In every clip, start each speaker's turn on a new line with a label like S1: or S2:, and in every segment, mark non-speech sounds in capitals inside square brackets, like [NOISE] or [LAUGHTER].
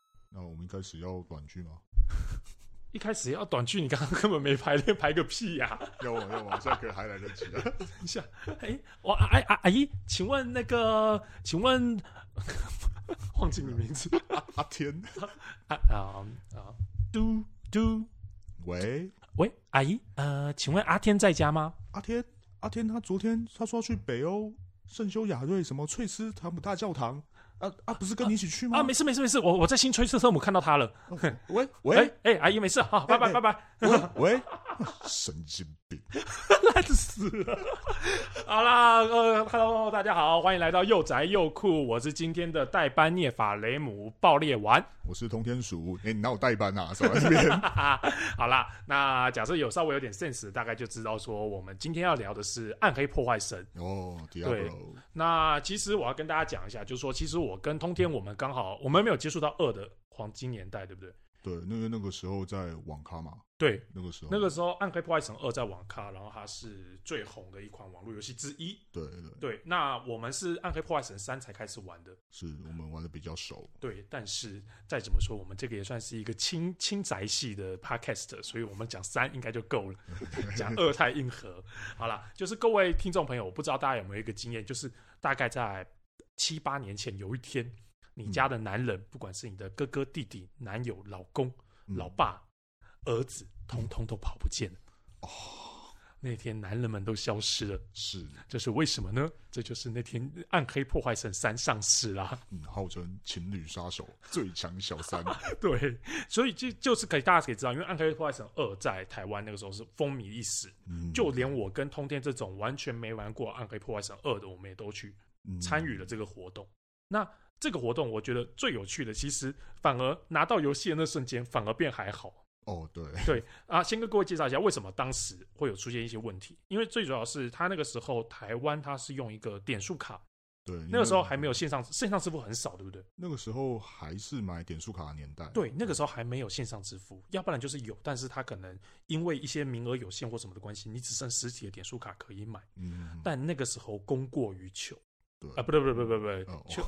S1: 一开始要短剧吗？ [LAUGHS]
S2: 一开始要短剧，你刚刚根本没排练，排个屁呀、
S1: 要啊要啊，现在可以还来得及啊。 [LAUGHS]
S2: 等 [LAUGHS] 一下，哎，我哎阿阿姨，请问那个，请问 [LAUGHS] 忘记你名字
S1: 阿天，
S2: 啊啊啊，嘟嘟，
S1: 喂，
S2: 喂，阿姨，呃，请问阿天在家吗？
S1: 阿天，阿天，他昨天他说要去北欧圣修雅瑞什么翠斯坦普大教堂，啊啊，不是跟你一起去吗？
S2: 啊，没事没事没事，我我在新吹瑟特姆看到他了。
S1: 喂
S2: 哎
S1: 喂
S2: 哎、阿姨没事，好，拜拜
S1: 哎
S2: 拜拜，
S1: 喂喂， [LAUGHS] 啊神经病！
S2: 烂死了。好啦，呃，Hello，大家好，欢迎来到又宅又酷，我是今天的代班涅法雷姆爆裂丸。
S1: 我是通天鼠，哎、你哪有代班啊？少来这
S2: [LAUGHS]
S1: 边。
S2: 好啦，那假设有稍微有点 sense，大概就知道说我们今天要聊的是暗黑破坏神。
S1: 哦
S2: 对
S1: ，Diablo，
S2: 那其实我要跟大家讲一下，就是说，其实我跟通天我们刚好我们没有接触到二的黄金年代，对不对？
S1: 对，那个那个时候在网咖嘛，
S2: 对，
S1: 那个时候，
S2: 那个时候《暗黑破坏神二》在网咖，然后它是最红的一款网络游戏之一。
S1: 对对，
S2: 对，那我们是《暗黑破坏神三》才开始玩的。
S1: 是我们玩的比较熟。
S2: 对，但是再怎么说，我们这个也算是一个轻轻宅系的 podcast，所以我们讲三应该就够了，讲二太硬核。好啦，就是各位听众朋友，我不知道大家有没有一个经验，就是大概在七八年前，有一天，你家的男人，不管是你的哥哥、弟弟、男友、老公、
S1: 嗯
S2: 老爸、儿子，通通都跑不见了。那天男人们都消失了，
S1: 是，
S2: 这是为什么呢？这就是那天《暗黑破坏神三》上市啦、
S1: 嗯，号称情侣杀手最强小三，
S2: [LAUGHS] 对，所以就就是可以大家可以知道，因为《暗黑破坏神二》在台湾那个时候是风靡一时，
S1: 嗯，
S2: 就连我跟通天这种完全没玩过《暗黑破坏神二》的，我们也都去
S1: 嗯
S2: 参与了这个活动。那这个活动，我觉得最有趣的，其实反而拿到游戏的那瞬间，反而变还好。
S1: 哦，对，
S2: 对啊，先跟各位介绍一下为什么当时会有出现一些问题，因为最主要是他那个时候台湾它是用一个点数卡，
S1: 对，
S2: 那个时候还没有线上线上支付很少，对不对？
S1: 那个时候还是买点数卡的年代，
S2: 对，那个时候还没有线上支付，要不然就是有，但是它可能因为一些名额有限或什么的关系，你只剩实体的点数卡可以买。
S1: 嗯，
S2: 但那个时候供过于求
S1: 对
S2: 啊，不对不对不对不对
S1: 哦，
S2: 求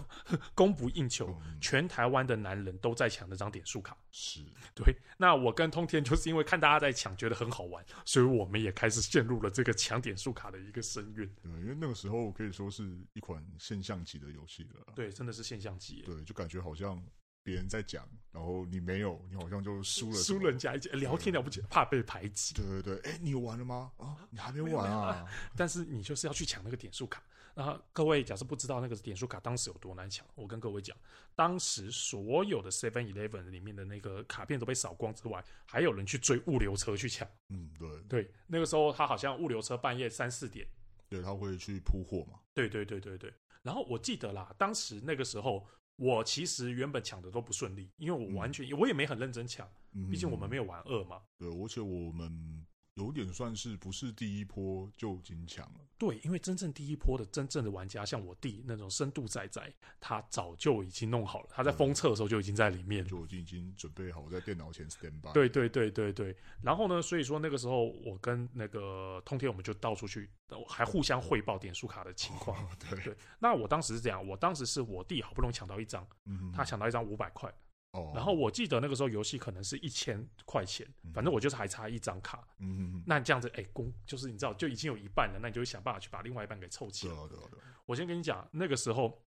S2: 供不应求，
S1: 嗯
S2: 全台湾的男人都在抢那张点数卡。
S1: 是，
S2: 对，那我跟通天就是因为看大家在抢，觉得很好玩，所以我们也开始陷入了这个抢点数卡的一个深渊。
S1: 对，因为那个时候可以说是一款现象级的游戏了啦，
S2: 对，真的是现象级耶，
S1: 对，就感觉好像别人在讲，然后你没有，你好像就嗯输了，
S2: 输人。家一截，聊天了不起，怕被排挤。
S1: 对对对，哎、你有玩了吗？啊，你还没
S2: 没有
S1: 玩啊？
S2: 但是你就是要去抢那个点数卡。然后各位假设不知道那个点数卡当时有多难抢，我跟各位讲，当时所有的 Seven Eleven 里面的那个卡片都被扫光之外，还有人去追物流车去抢。
S1: [LAUGHS] 嗯，对，
S2: 对，那个时候他好像物流车半夜三四点。
S1: 对，他会去铺货嘛？
S2: 对对对对对。然后我记得啦，当时那个时候我其实原本抢的都不顺利，因为我完全、我也没很认真抢，
S1: 嗯，
S2: 毕竟我们没有玩二嘛。
S1: 对，而且我们有点算是不是第一波就已经抢了，
S2: 对，因为真正第一波的真正的玩家，像我弟那种深度仔仔，他早就已经弄好了，他在封测的时候就已经在里面
S1: 嗯
S2: 了。
S1: 就已经已经准备好在电脑前 stand by。
S2: 对对对对对，然后呢，所以说那个时候我跟那个通天，我们就到处去，呃还互相汇报点数卡的情况。
S1: [LAUGHS] 对，
S2: 对，那我当时是这样，我当时是我弟好不容易抢到一张，
S1: 嗯，
S2: 他抢到一张五百块，
S1: 哦，
S2: 然后我记得那个时候游戏可能是一千块钱，反正我就是还差一张卡。
S1: 嗯，
S2: 那这样子，哎、公就是你知道就已经有一半了，那你就会想办法去把另外一半给凑齐
S1: 对
S2: 来。
S1: 啊，对啊，对啊，
S2: 我先跟你讲，那个时候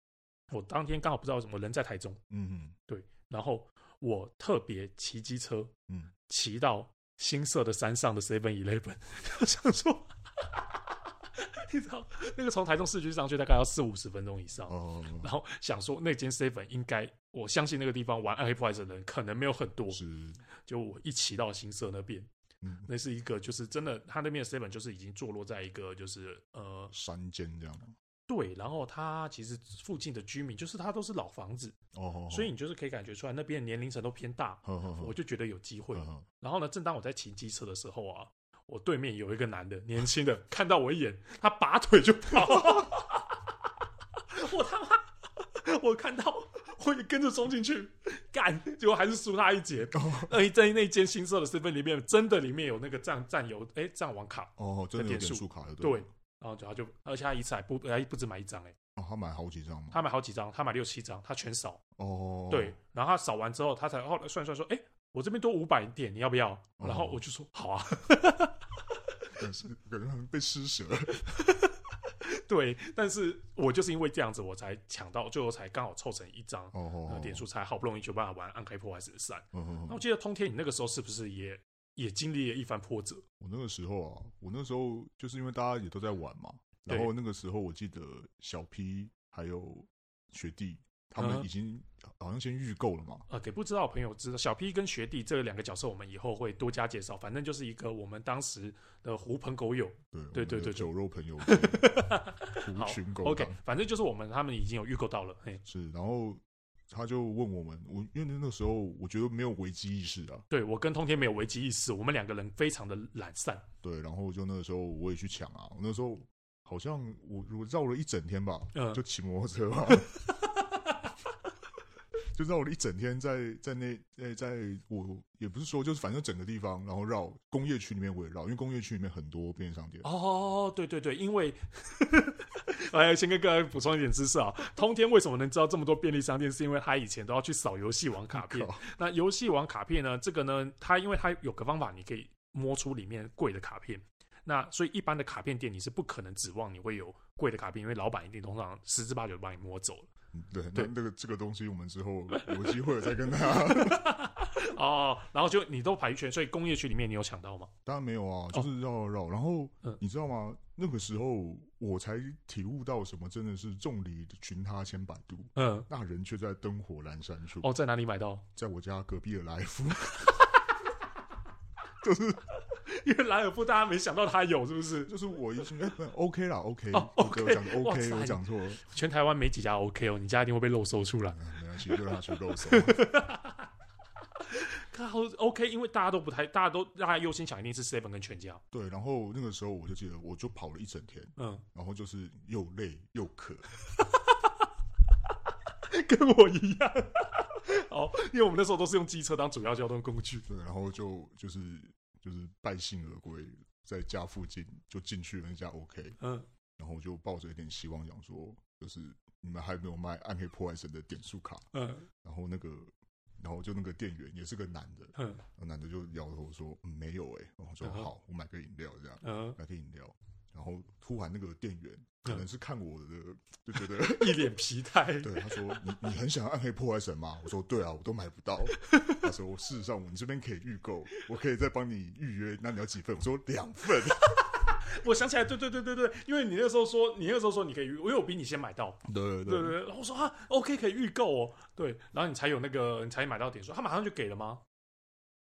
S2: 我当天刚好不知道为什么人在台中，
S1: 嗯
S2: 对，然后我特别骑机车
S1: 嗯，
S2: 骑到新社的山上的 Seven Eleven，想 [LAUGHS] 说， [LAUGHS] 你知道那个从台中市区上去大概要四五十分钟以上，
S1: 哦，
S2: 然后想说那间 Seven 应该，我相信那个地方玩暗黑破坏神的人可能没有很多，
S1: 是，
S2: 就我一骑到新社那边。
S1: 嗯，
S2: 那是一个，就是真的，他那边的 seven 就是已经坐落在一个，就是呃，
S1: 山间这样吗？
S2: 对，然后他其实附近的居民，就是他都是老房子，
S1: 哦，嗯
S2: 所以你就是可以感觉出来那边的年龄层都偏大，
S1: 呵呵呵，
S2: 我就觉得有机会
S1: 呵。呵
S2: 然后呢，正当我在骑机车的时候啊，我对面有一个男的，年轻的，看到我一眼，他拔腿就跑， [LAUGHS] 我他妈，我看到我也跟着冲进去，干，结果还是输他一截。那一在那间新社的身份里面，真的里面有那个占占有哎占网卡，
S1: 哦，真的有
S2: 点
S1: 点
S2: 数
S1: 数卡的，
S2: 对，然后就他就，而且他一次还不还不止买一张哎、
S1: 哦，他买好几张嘛。
S2: 他买好几张，他买六七张，他全扫。
S1: 哦，
S2: 对，，然后他扫完之后，他才后来算一算说，哎、我这边多五百点，你要不要？然后
S1: 哦
S2: 我就说好啊，
S1: [LAUGHS]
S2: [LAUGHS]
S1: 但是感觉好像被施舍。
S2: 对。但是我就是因为这样子，我才抢到，最后才刚好凑成一张，
S1: 哦
S2: 呃，，点数才好不容易就办法玩暗黑破坏神三。
S1: 嗯。嗯嗯
S2: 那我记得通天，你那个时候是不是也也经历了一番波折？
S1: 我那个时候啊，我那时候就是因为大家也都在玩嘛，
S2: 对
S1: 然后那个时候我记得小 P 还有学弟他
S2: 嗯
S1: 们
S2: 哼
S1: 已经好像先预购了嘛，
S2: 呃，给不知道的朋友知道，小 P 跟学弟这两个角色，我们以后会多加介绍。反正就是一个我们当时的狐朋狗友，
S1: 对我
S2: 对
S1: 们
S2: 对
S1: 的
S2: 对对
S1: 酒肉朋友狐
S2: [LAUGHS] 好
S1: 群狗
S2: ，OK，
S1: 党
S2: 反正就是我们他们已经有预购到了，嘿，
S1: 是，然后他就问我们，我因为那个时候我觉得没有危机意识啊，
S2: 对我跟通天没有危机意识，我们两个人非常的懒散。
S1: 对，然后就那个时候我也去抢啊，我那时候好像我我绕了一整天吧，
S2: 嗯
S1: 就骑摩托车
S2: [LAUGHS]
S1: 嘛，就绕了一整天在在那在在我也不是说就是反正整个地方，然后绕工业区里面我也绕，因为工业区里面很多便利商店，
S2: 哦，对对对，因为，哎，先跟各位补充一点知识啊，通天为什么能知道这么多便利商店，是因为他以前都要去扫游戏王卡片
S1: 靠。
S2: 那游戏王卡片呢，这个呢，它因为它有个方法，你可以摸出里面贵的卡片。那所以一般的卡片店你是不可能指望你会有贵的卡片，因为老板一定通常十之八九把你摸走了。
S1: 嗯对，
S2: 对
S1: 那那个这个东西我们之后有机会再跟大家，
S2: 哦，然后就你都排一圈，所以工业区里面你有抢到吗？
S1: 当然没有啊，就是绕绕，然后、
S2: 哦嗯
S1: 你知道吗？那个时候我才体悟到什么真的是众里寻他千百度，
S2: 嗯，
S1: 那人却在灯火阑珊处。
S2: 哦，在哪里买到？
S1: 在我家隔壁的来
S2: [LAUGHS]
S1: 福，
S2: 因为莱尔富大家没想到他有，是不是？
S1: 就是我一进哎、不 OK 啦，OK，、
S2: 哦
S1: 我我讲
S2: OK，哇
S1: OK，
S2: 塞
S1: 我讲错了，
S2: 全台湾没几家 OK 哦，你家一定会被漏搜出来。
S1: 嗯没关系，就让他去肉搜。
S2: [LAUGHS] 靠，OK，因为大家都不太，大家都大家优先想一定是 Seven 跟全家。
S1: 对，然后那个时候我就记得，我就跑了一整天，
S2: 嗯，
S1: 然后就是又累又渴，
S2: 哎跟我一样。 [LAUGHS] 哦，因为我们那时候都是用机车当主要交通工具。
S1: 对，然后就就是就是败兴而归，在家附近就进去了那家 OK，
S2: 嗯，
S1: 然后就抱着一点希望，想说就是你们还没有卖《暗黑破坏神》的点数卡，
S2: 嗯
S1: 然后那个。然后就那个店员也是个男的，
S2: 嗯
S1: 那男的就摇头说、嗯没有哎、然后我说
S2: 嗯哼
S1: 好，我买个饮料这样。
S2: 嗯，
S1: 买个饮料，然后突然那个店员可能是看我的，就觉得 [LAUGHS]
S2: 一脸疲态。
S1: 对他说：“你你很想要暗黑破坏神吗？”我说：“对啊，我都买不到。”他说：“事实上，我们这边可以预购，我可以再帮你预约。那你要几份？”我说：“两份。 [LAUGHS]
S2: 我想起来，对对对对对，因为你那时候说，你那时候说你可以预，因为我比你先买到。”
S1: 对对
S2: 对对对，然后我说啊，OK 可以预购哦。对，然后你才有那个，你才买到点数，他马上就给了吗？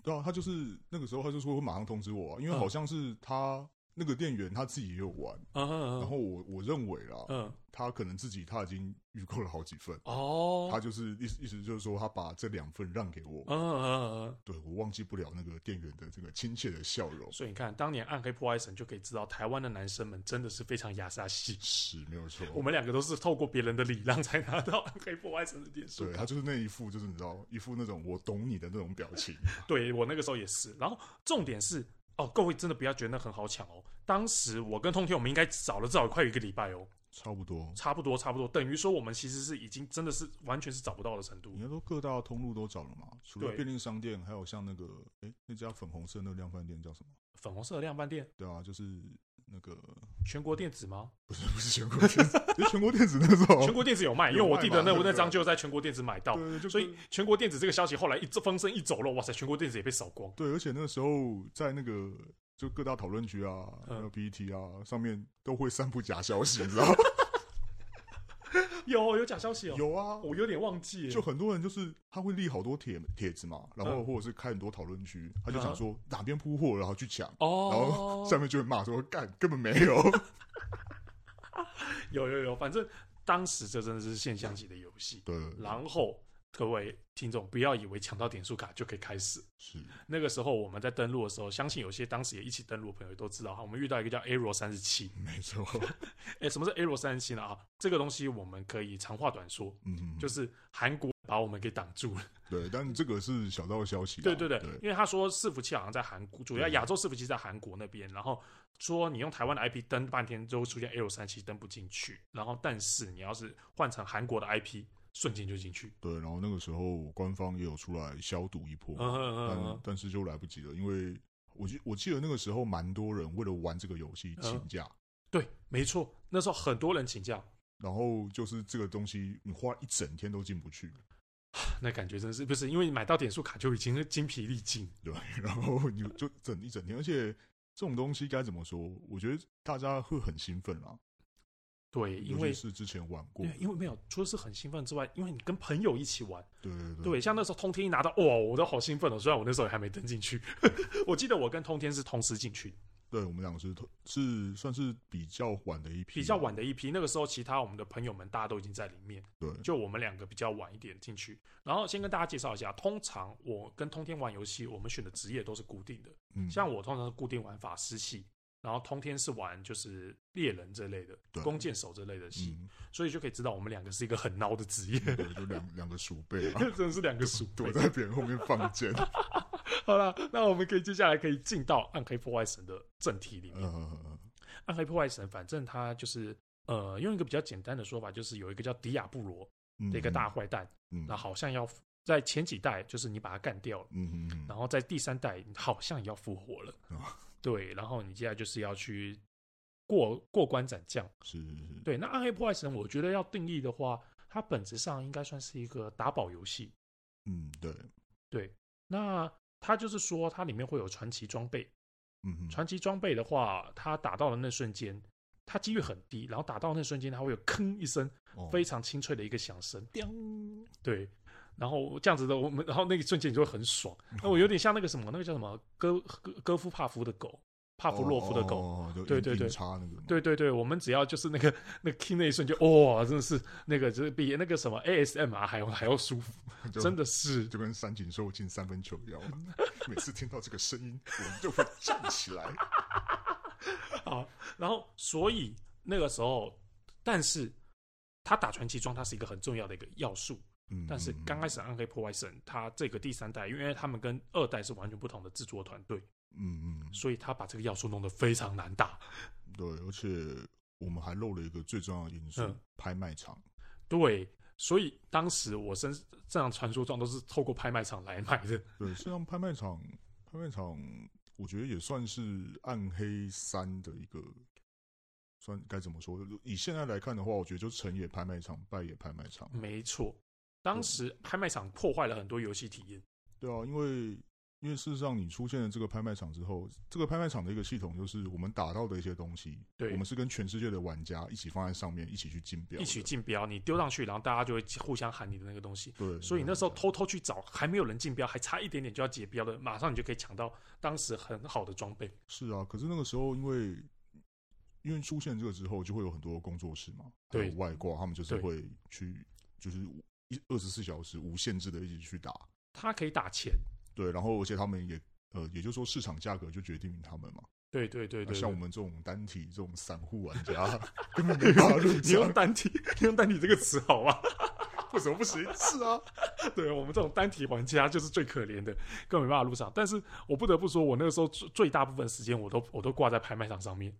S1: 对啊，他就是那个时候他就说会马上通知我、啊，因为
S2: 嗯
S1: 好像是他那个店员他自己也有玩，
S2: 嗯
S1: 然
S2: 嗯嗯
S1: 后我我认为啦，
S2: 嗯，
S1: 他可能自己他已经预购了好几份。
S2: 哦，
S1: 他就是意思意思就是说，他把这两份让给我，
S2: 嗯嗯嗯嗯。
S1: 对我忘记不了那个店员的这个亲切的笑容。
S2: 所以你看，当年暗黑破坏神就可以知道，台湾的男生们真的是非常亚沙系。 [LAUGHS]
S1: 是没有错。
S2: 我们两个都是透过别人的礼让才拿到暗黑破坏神的点数
S1: 对。他就是那一副，就是你知道，一副那种我懂你的那种表
S2: [LAUGHS]
S1: 情。
S2: 对我那个时候也是。然后重点是，哦，各位真的不要觉得那很好抢哦。当时我跟通天，我们应该找了至少快有一个礼拜哦，
S1: 差不多，
S2: 差不多差不多，等于说我们其实是已经真的是完全是找不到的程度
S1: 你。看都各大通路都找了嘛，除了
S2: 对
S1: 便利商店，还有像那个，哎、那家粉红色那个量贩店叫什么？
S2: 粉红色的量贩店，
S1: 对啊，就是那个
S2: 全国电子吗？
S1: 不是不是全国电子， [LAUGHS] 就是全国电子那时候，
S2: 全国电子哦有卖，因为
S1: 有
S2: 我
S1: 卖
S2: 记得
S1: 嘛
S2: 那
S1: 对
S2: 我
S1: 不
S2: 那
S1: 对
S2: 张就在全国电子买到
S1: 对。对，就
S2: 所以全国电子这个消息后来一这风声一走漏，哇塞，全国电子也被扫光。
S1: 对，而且那个时候在那个就各大讨论区啊，还
S2: 嗯
S1: 有 PPT 啊，上面都会散布假消息，你知道吗？
S2: [LAUGHS] 有有假消息哦，
S1: 有啊，
S2: 我有点忘记耶。
S1: 就很多人就是他会立好多帖帖子嘛，
S2: 嗯
S1: 然后或者是开很多讨论区，他就想说哪边铺货，然后去抢，然后
S2: 哦，
S1: 下面就会骂说干根本没有，
S2: [LAUGHS] 有有有，反正当时这真的是现象级的游戏。
S1: 对，
S2: 然后各位听众不要以为抢到点数卡就可以开始。
S1: 是
S2: 那个时候我们在登录的时候，相信有些当时也一起登录的朋友都知道哈，我们遇到一个叫 Arrow 三十七。
S1: 没
S2: [LAUGHS]
S1: 错，
S2: 哎，什么是 Arrow 三十七呢？啊，这个东西我们可以长话短说，
S1: 嗯，
S2: 就是韩国把我们给挡住了。
S1: 对，但这个是小道消息啦。啊
S2: 对对对
S1: 对，，
S2: 因为他说伺服器好像在韩国，主要亚洲伺服器在韩国那边，然后说你用台湾的 IP 登半天之后出现 L 三七登不进去，然后但是你要是换成韩国的 IP，瞬间就进去。
S1: 对，然后那个时候官方也有出来消毒一波
S2: 嗯，嗯嗯
S1: 但
S2: 嗯
S1: 但是就来不及了，因为我记我记得那个时候蛮多人为了玩这个游戏
S2: 嗯
S1: 请假，
S2: 对，没错，那时候很多人请假，
S1: 然后就是这个东西你花一整天都进不去，
S2: 那感觉真是不是因为你买到点数卡就已经是精疲力尽。
S1: 对， [LAUGHS] 然后你就整一整天，而且这种东西该怎么说？我觉得大家会很兴奋啦，
S2: 对，因
S1: 尤
S2: 为
S1: 其是之前玩过
S2: 因为，因为没有，除了是很兴奋之外，因为你跟朋友一起玩，
S1: 对对对
S2: 对，像那时候通天一拿到，哇，我都好兴奋哦！虽然我那时候也还没登进去， [LAUGHS] 我记得我跟通天是同时进去，
S1: 对我们两个是是算是比较晚的一批，
S2: 比较晚的一批。那个时候，其他我们的朋友们大家都已经在里面，
S1: 对，
S2: 就我们两个比较晚一点进去。然后先跟大家介绍一下，通常我跟通天玩游戏，我们选的职业都是固定的，
S1: 嗯，
S2: 像我通常是固定玩法师系，然后通天是玩就是猎人这类的
S1: 对、
S2: 弓箭手这类的系，
S1: 嗯，
S2: 所以就可以知道我们两个是一个很孬的职业，
S1: 对，就两两个鼠辈啊，
S2: [LAUGHS] 真的是两个鼠
S1: 躲。
S2: 辈
S1: 在别人后面放
S2: [LAUGHS]
S1: 箭，
S2: 好了，那我们可以接下来可以进到暗黑破坏神的正题里面。
S1: 呃，
S2: 暗黑破坏神，反正他就是呃，用一个比较简单的说法，就是有一个叫迪亚布罗
S1: 嗯
S2: 的一个大，坏蛋，
S1: 嗯
S2: 那、好像要在前几代就是你把他干掉了，
S1: 嗯嗯
S2: 然后在第三代好像要复活了，
S1: 哦
S2: 对，然后你接下来就是要去过过关斩将。
S1: 是是是，
S2: 对，那暗黑破坏神，我觉得要定义的话，它本质上应该算是一个打宝游戏。
S1: 嗯对，
S2: 对，那它就是说，它里面会有传奇装备，
S1: 嗯哼
S2: 传奇装备的话，它打到的那瞬间，它几率很低，然后打到那瞬间，它会有 [LAUGHS] 吭一声
S1: 哦
S2: 非常清脆的一个响声，叮，对，然后这样子的我们，然后那个瞬间你就会很爽。那我有点像那个什么，那个叫什么戈戈戈夫帕夫的狗，帕夫洛夫的狗。
S1: 哦，哦哦就
S2: 对
S1: 硬
S2: 对对
S1: 硬插那个嘛，
S2: 对对对，我们只要就是那个那个 k 那一瞬间，哇、真的是那个就是比那个什么 ASMR 还要还要舒服，
S1: 就
S2: 真的是
S1: [LAUGHS] 就跟三井寿进三分球一样，每次听到这个声音，我们就会站起
S2: [LAUGHS]
S1: 来。
S2: 好，然后所以那个时候，但是他打传奇装，它是一个很重要的一个要素。
S1: 嗯，
S2: 但是
S1: 嗯
S2: 刚开始暗黑破坏神，它这个第三代，因为他们跟二代是完全不同的制作团队，
S1: 嗯嗯，
S2: 所以他把这个要素弄得非常难打。
S1: 对，而且我们还漏了一个最重要的因素
S2: 嗯，
S1: 拍卖场。
S2: 对，所以当时我身这样传说装都是透过拍卖场来买的。
S1: 对，实际上拍卖场，拍卖场，我觉得也算是暗黑三的一个，算该怎么说？以现在来看的话，我觉得就成也拍卖场，败也拍卖场。
S2: 没错，当时拍卖场破坏了很多游戏体验。
S1: 对啊，因为因为事实上，你出现了这个拍卖场之后，这个拍卖场的一个系统就是我们打到的一些东西，
S2: 对
S1: 我们是跟全世界的玩家一起放在上面，一起去竞标的，
S2: 一起竞标，你丢上去，然后大家就会互相喊你的那个东西。
S1: 对。
S2: 所以那时候
S1: 对
S2: 偷偷去找还没有人竞标，还差一点点就要结标的，马上你就可以抢到当时很好的装备。
S1: 是啊，可是那个时候因为因为出现这个之后，就会有很多工作室嘛，还有
S2: 对
S1: 外挂，他们就是
S2: 对
S1: 会去就是无一二十四小时无限制的一直去打，
S2: 它可以打钱，
S1: 对，然后而且他们也呃，也就是说市场价格就决定于他们嘛，
S2: 对对对
S1: 那
S2: 对
S1: 像我
S2: 对
S1: 们这种单体这种散户玩
S2: [LAUGHS]
S1: 家根本没办 [LAUGHS] 法入
S2: 你用
S1: 场，
S2: 单体，你用单体这个词
S1: [LAUGHS]
S2: 好吗？
S1: 为什么不行？是啊，
S2: [LAUGHS] 对我们这种单体玩家就是最可怜的，根本没办法入场。但是我不得不说，我那个时候最最大部分时间我都我都挂在拍卖场上面。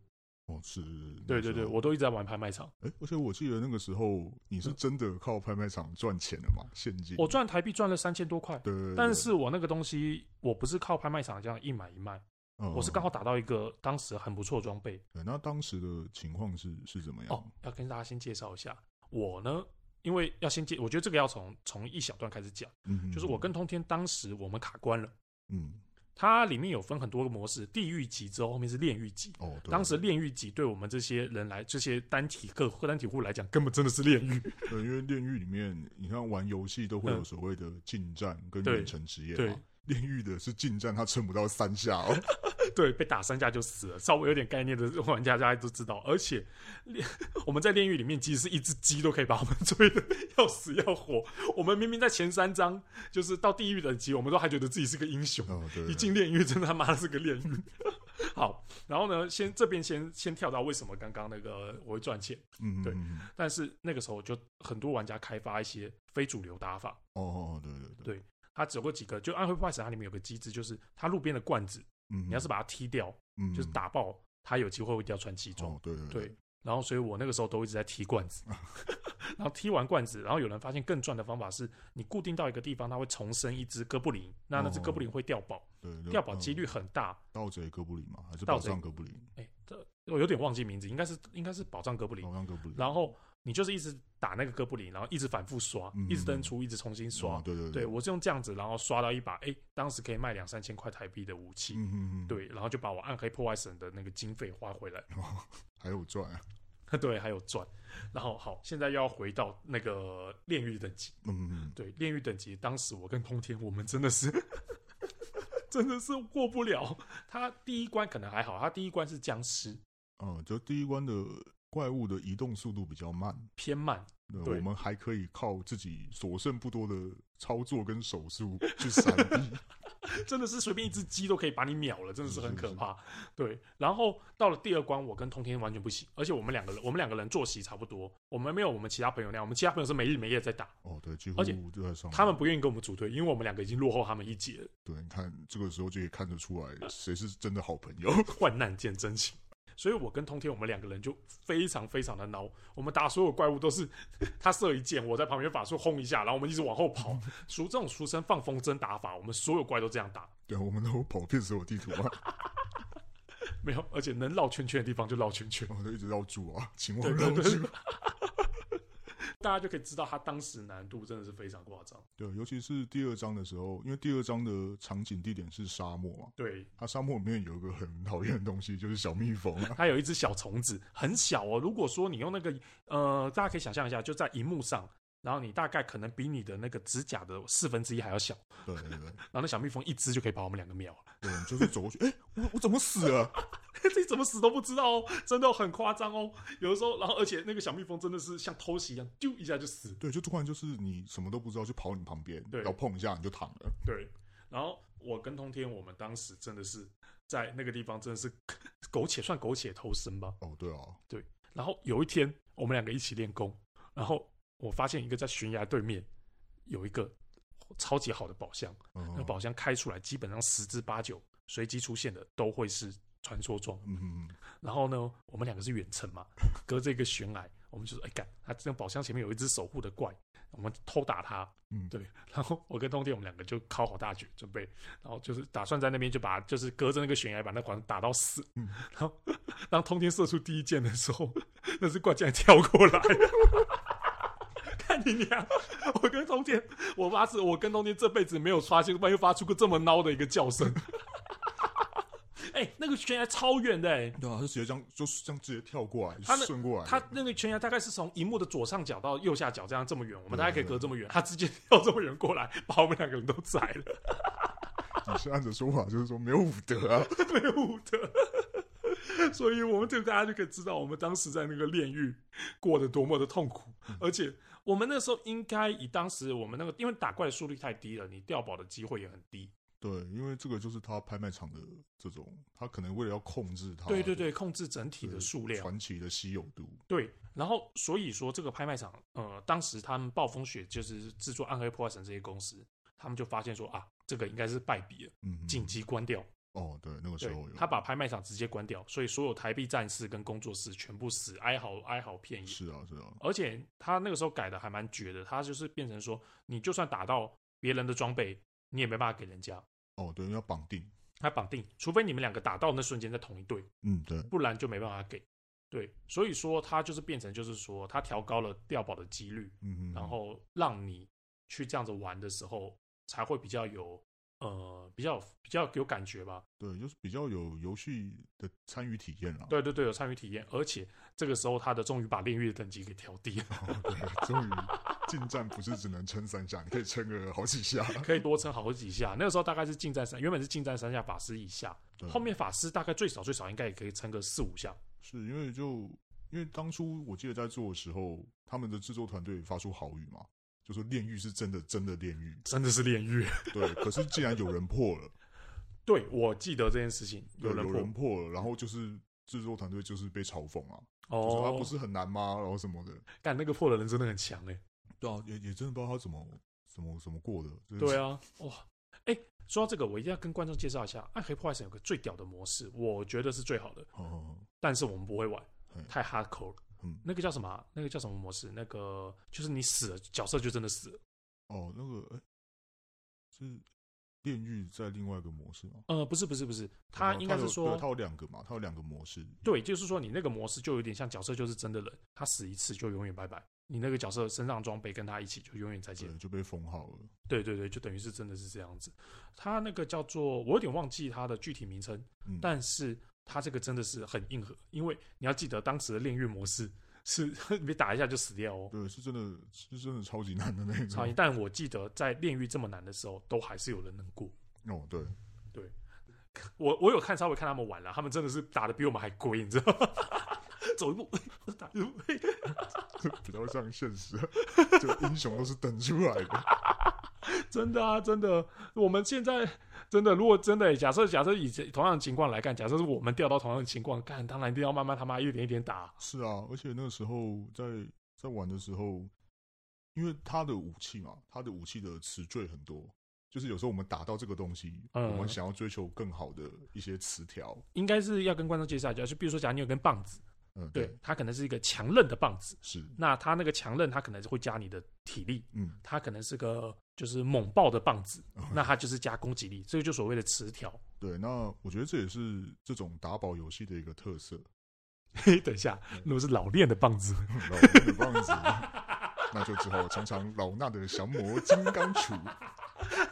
S1: 哦是，
S2: 对
S1: 那
S2: 对
S1: 时
S2: 对，
S1: 候
S2: 我都一直在玩拍卖场。
S1: 哎，而且我记得那个时候你是真的靠拍卖场赚钱的嘛，现金，
S2: 我赚台币赚了三千多块，
S1: 嗯对，对对
S2: 但是我那个东西我不是靠拍卖场这样一买一卖，
S1: 嗯
S2: 我是刚好打到一个当时很不错的装备，
S1: 对，那当时的情况是是怎么样？
S2: 哦，要跟大家先介绍一下，我呢，因为要先介，我觉得这个要从从一小段开始讲，
S1: 嗯，
S2: 就是我跟通天当时我们卡关了，
S1: 嗯
S2: 它里面有分很多个模式，地狱级之后后面是炼狱级。
S1: 哦，对
S2: 当时炼狱级对我们这些人来，这些单体客单体户来讲，根本真的是炼狱。
S1: [LAUGHS] 对，因为炼狱里面，你看玩游戏都会有
S2: 嗯
S1: 所谓的近战跟
S2: 对
S1: 远程职业
S2: 对
S1: 嘛。炼狱的是近战，他撑不到三下
S2: [LAUGHS]
S1: 哦。
S2: 对，被打三下就死了。稍微有点概念的玩家大家都知道。而且，炼我们在炼狱里面，即使一只鸡都可以把我们追的要死要活。我们明明在前三章，就是到地狱等级，我们都还觉得自己是个英雄。
S1: 哦，对，
S2: 一进炼狱，真的他妈的是个炼狱。好，然后呢，先这边先先跳到为什么刚刚那个我会赚钱，
S1: 嗯，
S2: 对
S1: 嗯嗯嗯
S2: 但是那个时候就很多玩家开发一些非主流打法，
S1: 哦哦，对对对，
S2: 对它只有几个，就《暗黑破坏神》它里面有个机制，就是它路边的罐子，
S1: 嗯，
S2: 你要是把它踢掉，
S1: 嗯
S2: 就是打爆，它有机会会掉穿西装。
S1: 哦，对对
S2: 对，然后所以我那个时候都一直在踢罐
S1: [LAUGHS]
S2: 子，然后踢完罐子，然后有人发现更赚的方法是，你固定到一个地方，它会重生一只哥布林，那那只哥布林会掉宝，
S1: 哦对，
S2: 掉宝几
S1: 率
S2: 率很大。
S1: 盗贼哥布林嘛，还是
S2: 盗
S1: 宝
S2: 贼
S1: 藏哥布林？
S2: 哎、这我有点忘记名字，应该是应该是宝藏哥布林。
S1: 宝藏哥布嗯林，
S2: 然后你就是一直打那个哥布林，然后一直反复刷，
S1: 嗯
S2: 一直登出，一直重新刷。
S1: 哦对对
S2: 对，我是用这样子，然后刷到一把，哎、当时可以卖两三千块台币的武器。
S1: 嗯嗯嗯，，
S2: 对，然后就把我暗黑破坏神的那个经费花回来， [LAUGHS]
S1: 哦 [LAUGHS] 还有赚啊，
S2: 对，还有赚。然后好，现在又要回到那个炼狱等级，
S1: 嗯嗯
S2: 对，炼狱等级，当时我跟通天，我们真的是， [LAUGHS] 真的是过不了。他第一关可能还好，他第一关是僵尸，
S1: 嗯，哦，就第一关的怪物的移动速度比较慢，
S2: 偏慢，
S1: 对
S2: 对
S1: 我们还可以靠自己所剩不多的操作跟手速去闪避，
S2: 真的是随便一只鸡都可以把你秒了，真的是很
S1: 是
S2: 可
S1: 是
S2: 怕。对，然后到了第二关，我跟通天完全不行，而且我们两个人，我们两个人作息差不多，我们没有我们其他朋友那样，我们其他朋友是没日没夜在打，
S1: 哦，对，几
S2: 而且
S1: 乎都在上面。
S2: 他们不愿意跟我们组队，因为我们两个已经落后他们一截了，
S1: 对，你看这个时候就可以看得出
S2: 呃
S1: 来谁是真的好朋友。 [LAUGHS]
S2: 患难见真情。所以我跟通天，我们两个人就非常非常的孬。我们打所有怪物都是他射一箭，我在旁边法术轰一下，然后我们一直往后
S1: [LAUGHS]
S2: 跑。俗这种俗称放风筝打法，我们所有怪都这样打，
S1: 对，我们都跑遍所有地图啊嘛，
S2: 没有，而且能绕圈圈的地方就绕圈圈。
S1: 我们都一直绕住啊，请我
S2: 对
S1: 绕
S2: 对对
S1: 住。
S2: 大家就可以知道他当时难度真的是非常夸张。
S1: 对，尤其是第二章的时候，因为第二章的场景地点是沙漠嘛，
S2: 对，
S1: 它沙漠里面有一个很讨厌的东西，就是小蜜蜂啊。
S2: 它有一只小虫子，很小哦。如果说你用那个呃，大家可以想象一下，就在荧幕上，然后你大概可能比你的那个指甲的四分之一还要小，
S1: 对对对，
S2: 然后那小蜜蜂一只就可以把我们两个秒了。
S1: 对，你就是走过去，哎、我我怎么死了？ [LAUGHS]
S2: [LAUGHS] 这怎么死都不知道哦，真的很夸张哦。有的时候，然后而且那个小蜜蜂真的是像偷袭一样，丢一下就死。
S1: 对，就突然就是你什么都不知道，就跑你旁边，
S2: 对
S1: 然后碰一下你就躺了。
S2: 对，然后我跟通天，我们当时真的是在那个地方真的是苟且算苟且偷生吧。
S1: 哦，对啊，
S2: 然后有一天，我们两个一起练功，然后我发现一个在悬崖对面有一个超级好的宝箱，那个
S1: 嗯
S2: 宝箱开出来，基本上十之八九随机出现的都会是传说装。
S1: 嗯嗯，
S2: 然后呢，我们两个是远程
S1: [LAUGHS]
S2: 嘛，隔着一个悬崖，我们就说，哎干，他这个宝箱前面有一只守护的怪，我们偷打他。
S1: 嗯
S2: 对。然后我跟通天，我们两个就考好大局，准备，然后就是打算在那边就把，就是隔着那个悬崖把那款打到死。
S1: 嗯
S2: 然后当通天射出第一箭的时候， [LAUGHS] 那只怪竟然跳过来。 [LAUGHS] 看你娘！我跟通天，我发誓，我跟通天这辈子没有发现，没有发出过这么孬的一个叫声。
S1: [LAUGHS]
S2: 哎、那个悬崖超远的、哎
S1: 对啊，他就直接这样，就是这样直接跳过来，
S2: 他那
S1: 顺过来，
S2: 它那个悬崖大概是从荧幕的左上角到右下角这样这么远，我们大概可以
S1: 对
S2: 隔这么远，他直接跳这么远过来，把我们两个人都宰了， [LAUGHS]
S1: 你是按着说法就是说没有武德啊。 [LAUGHS]
S2: 没有武德。所以我们这个大家就可以知道，我们当时在那个炼狱过得多么的痛苦，
S1: 嗯
S2: 而且我们那时候应该以当时我们那个，因为打怪的速率太低了，你掉宝的机会也很低。
S1: 对，因为这个就是他拍卖场的这种，他可能为了要控制他，
S2: 对对对，控制整体
S1: 哦对，
S2: 的数量。
S1: 传奇的稀有度，
S2: 对，然后所以说这个拍卖场，呃，当时他们暴风雪就是制作《暗黑破坏神》这些公司，他们就发现说啊，这个应该是败笔了，
S1: 嗯，
S2: 紧急关掉。
S1: 哦，对，那个时
S2: 对
S1: 候有，
S2: 他把拍卖场直接关掉，所以所有台币战士跟工作室全部死哀嚎哀嚎遍野。
S1: 是啊是啊，
S2: 而且他那个时候改的还蛮绝的，他就是变成说，你就算打到别人的装备，你也没办法给人家。
S1: 哦对，因为要绑定，
S2: 他绑定，除非你们两个打到那瞬间在同一队，
S1: 嗯对，
S2: 不然就没办法给。对，所以说他就是变成就是说，他调高了掉宝的几率，
S1: 嗯嗯，
S2: 然后让你去这样子玩的时候，才会比较有呃比较比较有感觉吧。
S1: 对，就是比较有游戏的参与体验啦。
S2: 对对对，有参与体验，而且这个时候他的终于把炼狱的等级给调低了， [LAUGHS]
S1: 哦对， [LAUGHS] 终于近战不是只能撑三下，你可以撑个好几下。
S2: 可以多撑好几下。那个时候大概是近战三，原本是近战三下法师以下，
S1: 对
S2: 后面法师大概最少最少应该也可以撑个四五下。，
S1: [LAUGHS] 是因为就因为当初我记得在做的时候，他们的制作团队发出豪语嘛，就说炼狱是真的真的炼狱
S2: 真的是炼狱，
S1: [LAUGHS] 对。可是既然有人破了，
S2: 对我记得这件事情，
S1: 对，
S2: 有人
S1: 有
S2: 破
S1: 人破了，然后就是制作团队就是被嘲讽啊，就是他
S2: 哦
S1: 不，是很难吗？然后什么的，
S2: 干那个破的人真的很强哎、
S1: 对啊，也也真的不知道他怎么怎么怎么过的，真的
S2: 对
S1: 是，
S2: 啊，哇，哎、说到这个，我一定要跟观众介绍一下，《暗黑破坏神》有个最屌的模式，我觉得是最好的，
S1: 哦，
S2: 但是我们不会玩
S1: 嗯，
S2: 太 hardcore 了。
S1: 嗯
S2: 那个叫什么啊、那个叫什么模式？那个就是你死了，角色就真的死了。
S1: [LAUGHS] 哦，那个哎、是炼狱在另外一个模式吗？
S2: 呃，不是不是不是，他
S1: 哦
S2: 应该
S1: 有
S2: 是说
S1: 对它有两个嘛，它有两个模式，
S2: 对，就是说你那个模式就有点像角色就是真的人，他死一次就永远拜拜。你那个角色身上装备跟他一起就永远再见
S1: 对，。就被封号了。
S2: 对对对，就等于是真的是这样子。他那个叫做我有点忘记他的具体名称，
S1: 嗯，
S2: 但是他这个真的是很硬核，因为你要记得当时的炼狱模式是 [LAUGHS] 你被打一下就死掉哦。
S1: 对，是真的是真的超级难的那
S2: 超
S1: 种。
S2: 硬但我记得在炼狱这么难的时候，都还是有人能过。
S1: 哦，对， [LAUGHS]
S2: 我我有看稍微看他们玩了，他们真的是打的比我们还龟，你知 [LAUGHS] 道吗？走一步， [LAUGHS] 打一步，
S1: 比较像现实， [LAUGHS] 就英雄都是等出来的。
S2: 真的啊，真的，我们现在真的，如果真的假设假设以前同样的情况来干，假设是我们掉到同样的情况干，当然一定要慢慢他妈一点一点打。
S1: 是啊，而且那个时候在在玩的时候，因为他的武器嘛，他的武器的词缀很多。就是有时候我们打到这个东西，
S2: 嗯
S1: 我们想要追求更好的一些词条，
S2: 应该是要跟观众介绍一下，就比如说，假如你有根棒子，
S1: 嗯，
S2: 对，，它可能是一个强韧的棒子，
S1: 是，
S2: 那它那个强韧，它可能会加你的体力，
S1: 嗯，
S2: 它可能是个就是猛爆的棒子，那它就是加攻击力，这个就所谓的词条。
S1: 对，那我觉得这也是这种打宝游戏的一个特色。
S2: 嘿，等一下，如果是老练的棒子，
S1: [LAUGHS] 老衲的棒子，那就只好尝尝老衲的降魔金刚
S2: [LAUGHS]
S1: 杵。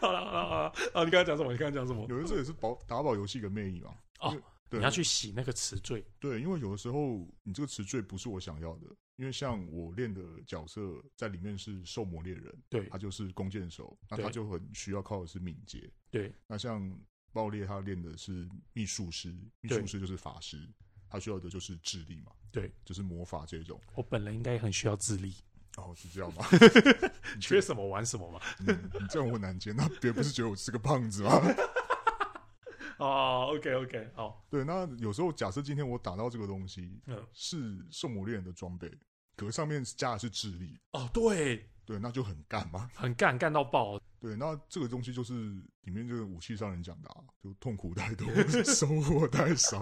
S2: 好了好了好了，啊，你刚才讲什么？你刚才讲什么？
S1: 有的这也是宝打宝游戏的魅力嘛。
S2: 哦
S1: 因为，对，
S2: 你要去洗那个词缀，
S1: 对，因为有的时候你这个词缀不是我想要的，因为像我练的角色在里面是兽魔猎人，
S2: 对
S1: 他就是弓箭手，那
S2: 对
S1: 他就很需要靠的是敏捷。
S2: 对，
S1: 那像爆裂他练的是秘术师，秘
S2: 对
S1: 术师就是法师，他需要的就是智力嘛，
S2: 对，
S1: 就是魔法这种。
S2: 我本人应该也很需要智力，
S1: 哦，是这样吗？ [LAUGHS]
S2: 缺什么玩什么嘛。
S1: 你你这样我很难接，那别人不是觉得我是个胖子吗？
S2: 哦，OK OK，好，
S1: 对，那有时候假设今天我打到这个东西
S2: 嗯，
S1: 是圣母猎人的装备，可是上面加的是智力，
S2: 哦，对，
S1: 对，那就很干嘛。 [LAUGHS]
S2: 很干干到爆，
S1: 对，那这个东西就是里面这个武器上人讲的、啊，就痛苦太
S2: [LAUGHS]
S1: 多，收获太少。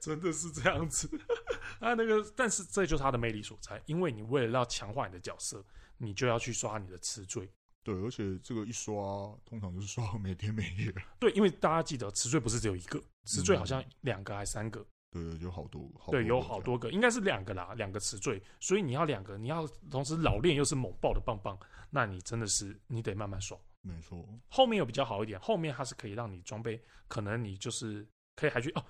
S2: 真的是这样子。 [LAUGHS] 啊，那个，但是这就是它的魅力所在，因为你为了要强化你的角色，你就要去刷你的词缀。
S1: 对，而且这个一刷，通常就是刷到没天没夜。
S2: 对，因为大家记得词缀不是只有一个，词缀
S1: 嗯
S2: 好像两个还三个，
S1: 对对，有好多，好多
S2: 对，有
S1: 个
S2: 好
S1: 这
S2: 多
S1: 样。
S2: 个，应该是两个啦，两个词缀，所以你要两个，你要同时老练又是猛爆的棒棒，那你真的是你得慢慢爽。
S1: 没错，
S2: 后面有比较好一点，后面它是可以让你装备，可能你就是可以还去哦。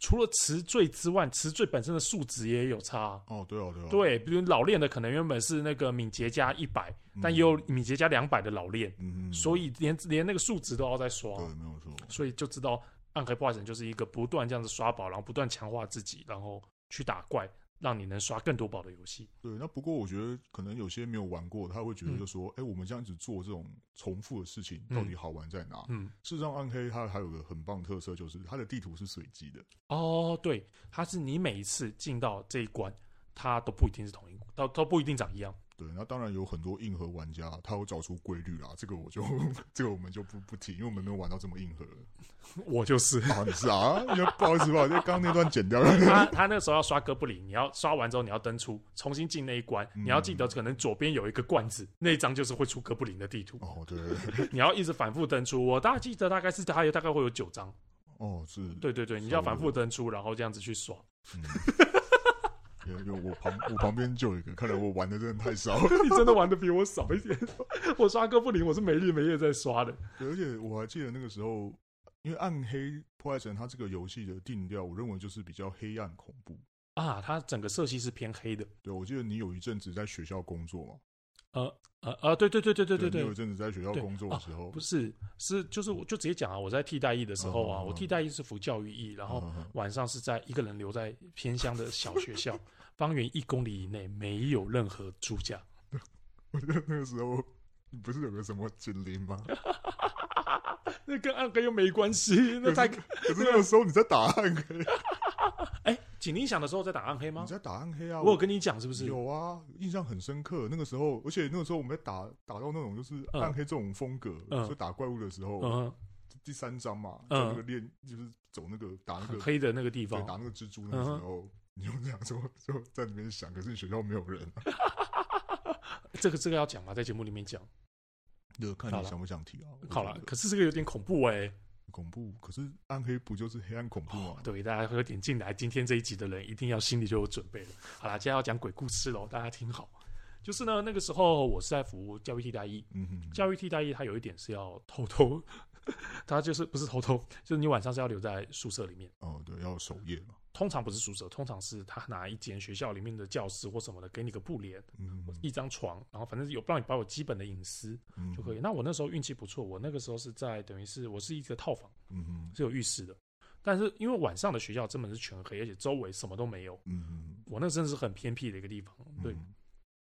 S2: 除了词缀之外，词缀本身的数值也有差啊。
S1: 哦，对哦，对哦，
S2: 对，比如老练的可能原本是那个敏捷加一百、
S1: 嗯，
S2: 但也有敏捷加两百的老练，
S1: 嗯，嗯，
S2: 所以连连那个数值都要在刷，
S1: 对，没有错，
S2: 所以就知道暗黑破坏神就是一个不断这样子刷宝，然后不断强化自己，然后去打怪，让你能刷更多宝的游戏。
S1: 对，那不过我觉得可能有些没有玩过，他会觉得
S2: 嗯
S1: 就说，哎、我们这样子做这种重复的事情，
S2: 嗯
S1: 到底好玩在哪？
S2: 嗯，
S1: 事实上，暗黑它还有个很棒的特色，就是它的地图是随机的。
S2: 哦，对，它是你每一次进到这一关，它都不一定是同一，都都不一定长一样。
S1: 对，那当然有很多硬核玩家，他有找出规律啦。这个我就这个我们就不不提，因为我们没有玩到这么硬核。
S2: [LAUGHS] 我就是。
S1: 啊，你是啊？因为不好意思吧，因为刚刚那段剪掉了。
S2: 他他那时候要刷哥布林，你要刷完之后你要登出，重新进那一关，
S1: 嗯
S2: 你要记得可能左边有一个罐子，那一张就是会出哥布林的地 [LAUGHS] 图，
S1: 哦，对，
S2: 你要一直反复登出。我大概记得大概是它有大概会有九张，
S1: 哦是，
S2: 对对对，你要反复登出，然后这样子去刷。
S1: 嗯，有有我旁我旁边就有一个，看来我玩的真的太少了。
S2: 你真的玩的比我少一点， [LAUGHS] 我刷哥布林我是没日没夜在刷的。
S1: 对而且我还记得那个时候，因为《暗黑破坏神》它这个游戏的定调，我认为就是比较黑暗恐怖。
S2: 啊，它整个色系是偏黑的，
S1: 对，我记得你有一阵子在学校工作嘛？
S2: 呃呃，对对对对对对
S1: 你有
S2: 对
S1: 一，阵子在学校
S2: 对
S1: 工作的时候，
S2: 不是是就是我就直接讲啊，我在替代役的时候啊，
S1: 嗯嗯嗯
S2: 我替代役是服教育役，然后
S1: 嗯嗯
S2: 晚上是在一个人留在偏乡的小学校，方圆一公里以内没有任何住家。
S1: 我记得那个时候，你不是有个什么警铃吗？
S2: 那跟暗黑又没关系，那太
S1: 可是那个时候你在打暗黑，
S2: [LAUGHS] 哎，锦鲤响的时候在打暗黑吗
S1: 你？在打暗黑啊！
S2: 我有跟你讲是不是？
S1: 有啊，印象很深刻。那个时候，而且那个时候我们在打打到那种就是
S2: 嗯
S1: 暗黑这种风格，
S2: 嗯
S1: 就打怪物的时候，
S2: 嗯哼，
S1: 第三章嘛，在
S2: 嗯
S1: 那个练就是走那个打那
S2: 很
S1: 个
S2: 黑的那个地
S1: 对
S2: 方嗯
S1: 打，那个蜘蛛那个时候。你就这样说，就在里面想，可是你学校没有人、啊，
S2: 这个这个要讲吗？在节目里面讲
S1: 就看
S2: 好
S1: 你
S2: 了
S1: 想不想提啊。我
S2: 好
S1: 觉
S2: 了
S1: 得，
S2: 可是这个有点恐怖哎。
S1: 恐怖，可是暗黑不就是黑暗恐怖吗？
S2: 哦对，大家会有点进来今天这一集的人，一定要心里就有准备了。好啦，接下来要讲鬼故事喽，大家听好。就是呢，那个时候我是在服务教育替代役，
S1: 嗯哼，
S2: 教育替代役它有一点是要偷偷， [LAUGHS] 它就是不是偷偷，就是你晚上是要留在宿舍里面。
S1: 哦，对，要守夜嘛，
S2: 通常不是宿舍，通常是他拿一间学校里面的教室或什么的，给你个布帘、
S1: 嗯，
S2: 一张床，然后反正有让你保有基本的隐私
S1: 嗯
S2: 就可以。那我那时候运气不错，我那个时候是在等于是我是一个套房，
S1: 嗯哼，
S2: 是有浴室的，但是因为晚上的学校根本是全黑，而且周围什么都没有，
S1: 嗯哼，
S2: 我那真的是很偏僻的一个地方。对，
S1: 嗯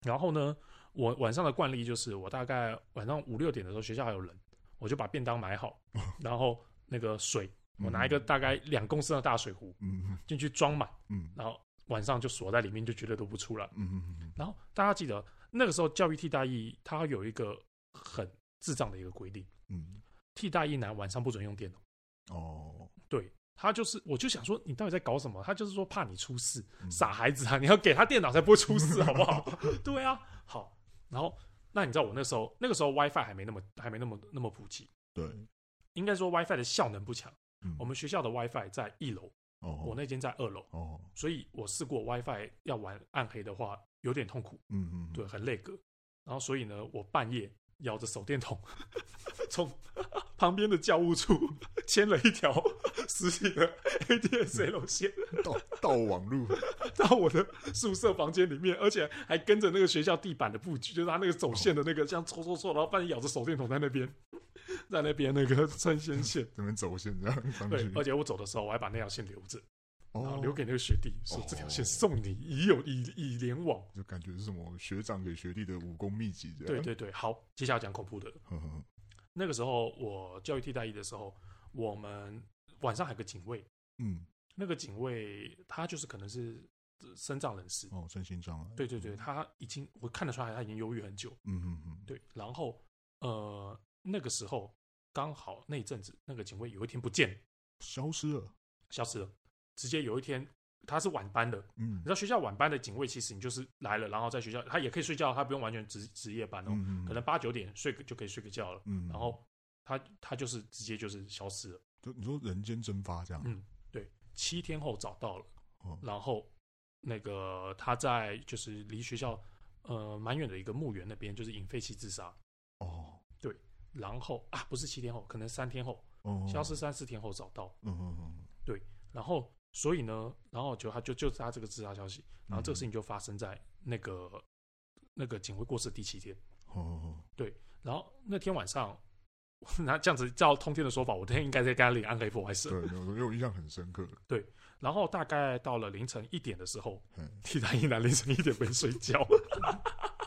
S2: 然后呢，我晚上的惯例就是，我大概晚上五六点的时候，学校还有人，我就把便当买好，然后那个水，我拿一个大概两公升的大水壶
S1: 嗯哼
S2: 进去装满，
S1: 嗯
S2: 然后晚上就锁在里面，就绝对都不出来。
S1: 嗯嗯
S2: 然后大家记得那个时候教育替代役，它有一个很智障的一个规定，
S1: 嗯，
S2: 替代役男晚上不准用电脑。
S1: 哦，
S2: 对他就是，我就想说你到底在搞什么？他就是说怕你出事，
S1: 嗯
S2: 傻孩子啊，你要给他电脑才不会出事，好不好？ [LAUGHS] 对啊，好。然后那你知道我那时候那个时候 WiFi 还没那么还没那么那么普及，
S1: 对，
S2: 应该说 WiFi 的效能不强。
S1: 嗯
S2: 我们学校的 WiFi 在一楼，
S1: 哦，
S2: 我那间在二楼，
S1: 哦，
S2: 所以我试过 WiFi 要玩暗黑的话有点痛苦，
S1: 嗯嗯，
S2: 对，，很累格。然后所以呢，我半夜咬着手电筒从旁边的教务处 [LAUGHS] 牵了一条实体的 ADSL 线
S1: 到到网路，
S2: [LAUGHS] 到我的宿舍房间里面，而且还跟着那个学校地板的布局，就是他那个走线的那个，这样搓搓搓，然后半夜咬着手电筒在那边，在那边那个穿线线。
S1: 这边走线这样上
S2: 对
S1: 去，，
S2: 而且我走的时候，我还把那条线留着，然后
S1: 嗯哦，
S2: 留给那个学弟，说
S1: 哦
S2: 这条线送你，以有以以联网。
S1: 就感觉是什么学长给学弟的武功秘籍这
S2: 对
S1: 样，
S2: 对对，好，接下来讲恐怖的了。
S1: 呵呵，
S2: 那个时候我教育替代役的时候，我们晚上还有个警卫，
S1: 嗯，
S2: 那个警卫他就是可能是呃身障人士，
S1: 哦，身心障碍，
S2: 对对对，，他已经我看得出来他已经忧郁很久，
S1: 嗯嗯嗯，
S2: 对，然后呃那个时候刚好那一阵子那个警卫有一天不见了
S1: 消失了，
S2: 消失了，直接有一天他是晚班的，
S1: 嗯
S2: 你知，道学校晚班的警卫其实你就是来了，然后在学校他也可以睡觉，他不用完全值值夜班哦，
S1: 嗯
S2: 可能，八九点睡个就可以睡个觉了，
S1: 嗯，
S2: 然后他他就是直接就是消失了。
S1: 就你说人间蒸发这样，
S2: 嗯，对，七天后找到了，
S1: 哦，
S2: 然后那个他在就是离学校呃蛮远的一个墓园那边，就是引废气自杀。
S1: 哦，
S2: 然后啊，不是七天后，可能三天后，
S1: 哦，
S2: 消，失三四天后找到。
S1: 嗯嗯
S2: 然后所以呢，然后就他就就是他这个自杀消息，然后这个事情就发生在那个那个警卫过世的第七天。
S1: 嗯，哦，
S2: 然后那天晚上， [LAUGHS] 那这样子照通天的说法，我那天应该在跟他领暗黑佛还是？
S1: 对，因为我印象很深刻，
S2: 然后大概到了凌晨一点的时候，
S1: 嘿，
S2: 替代一男凌晨一点没睡觉。 [LAUGHS]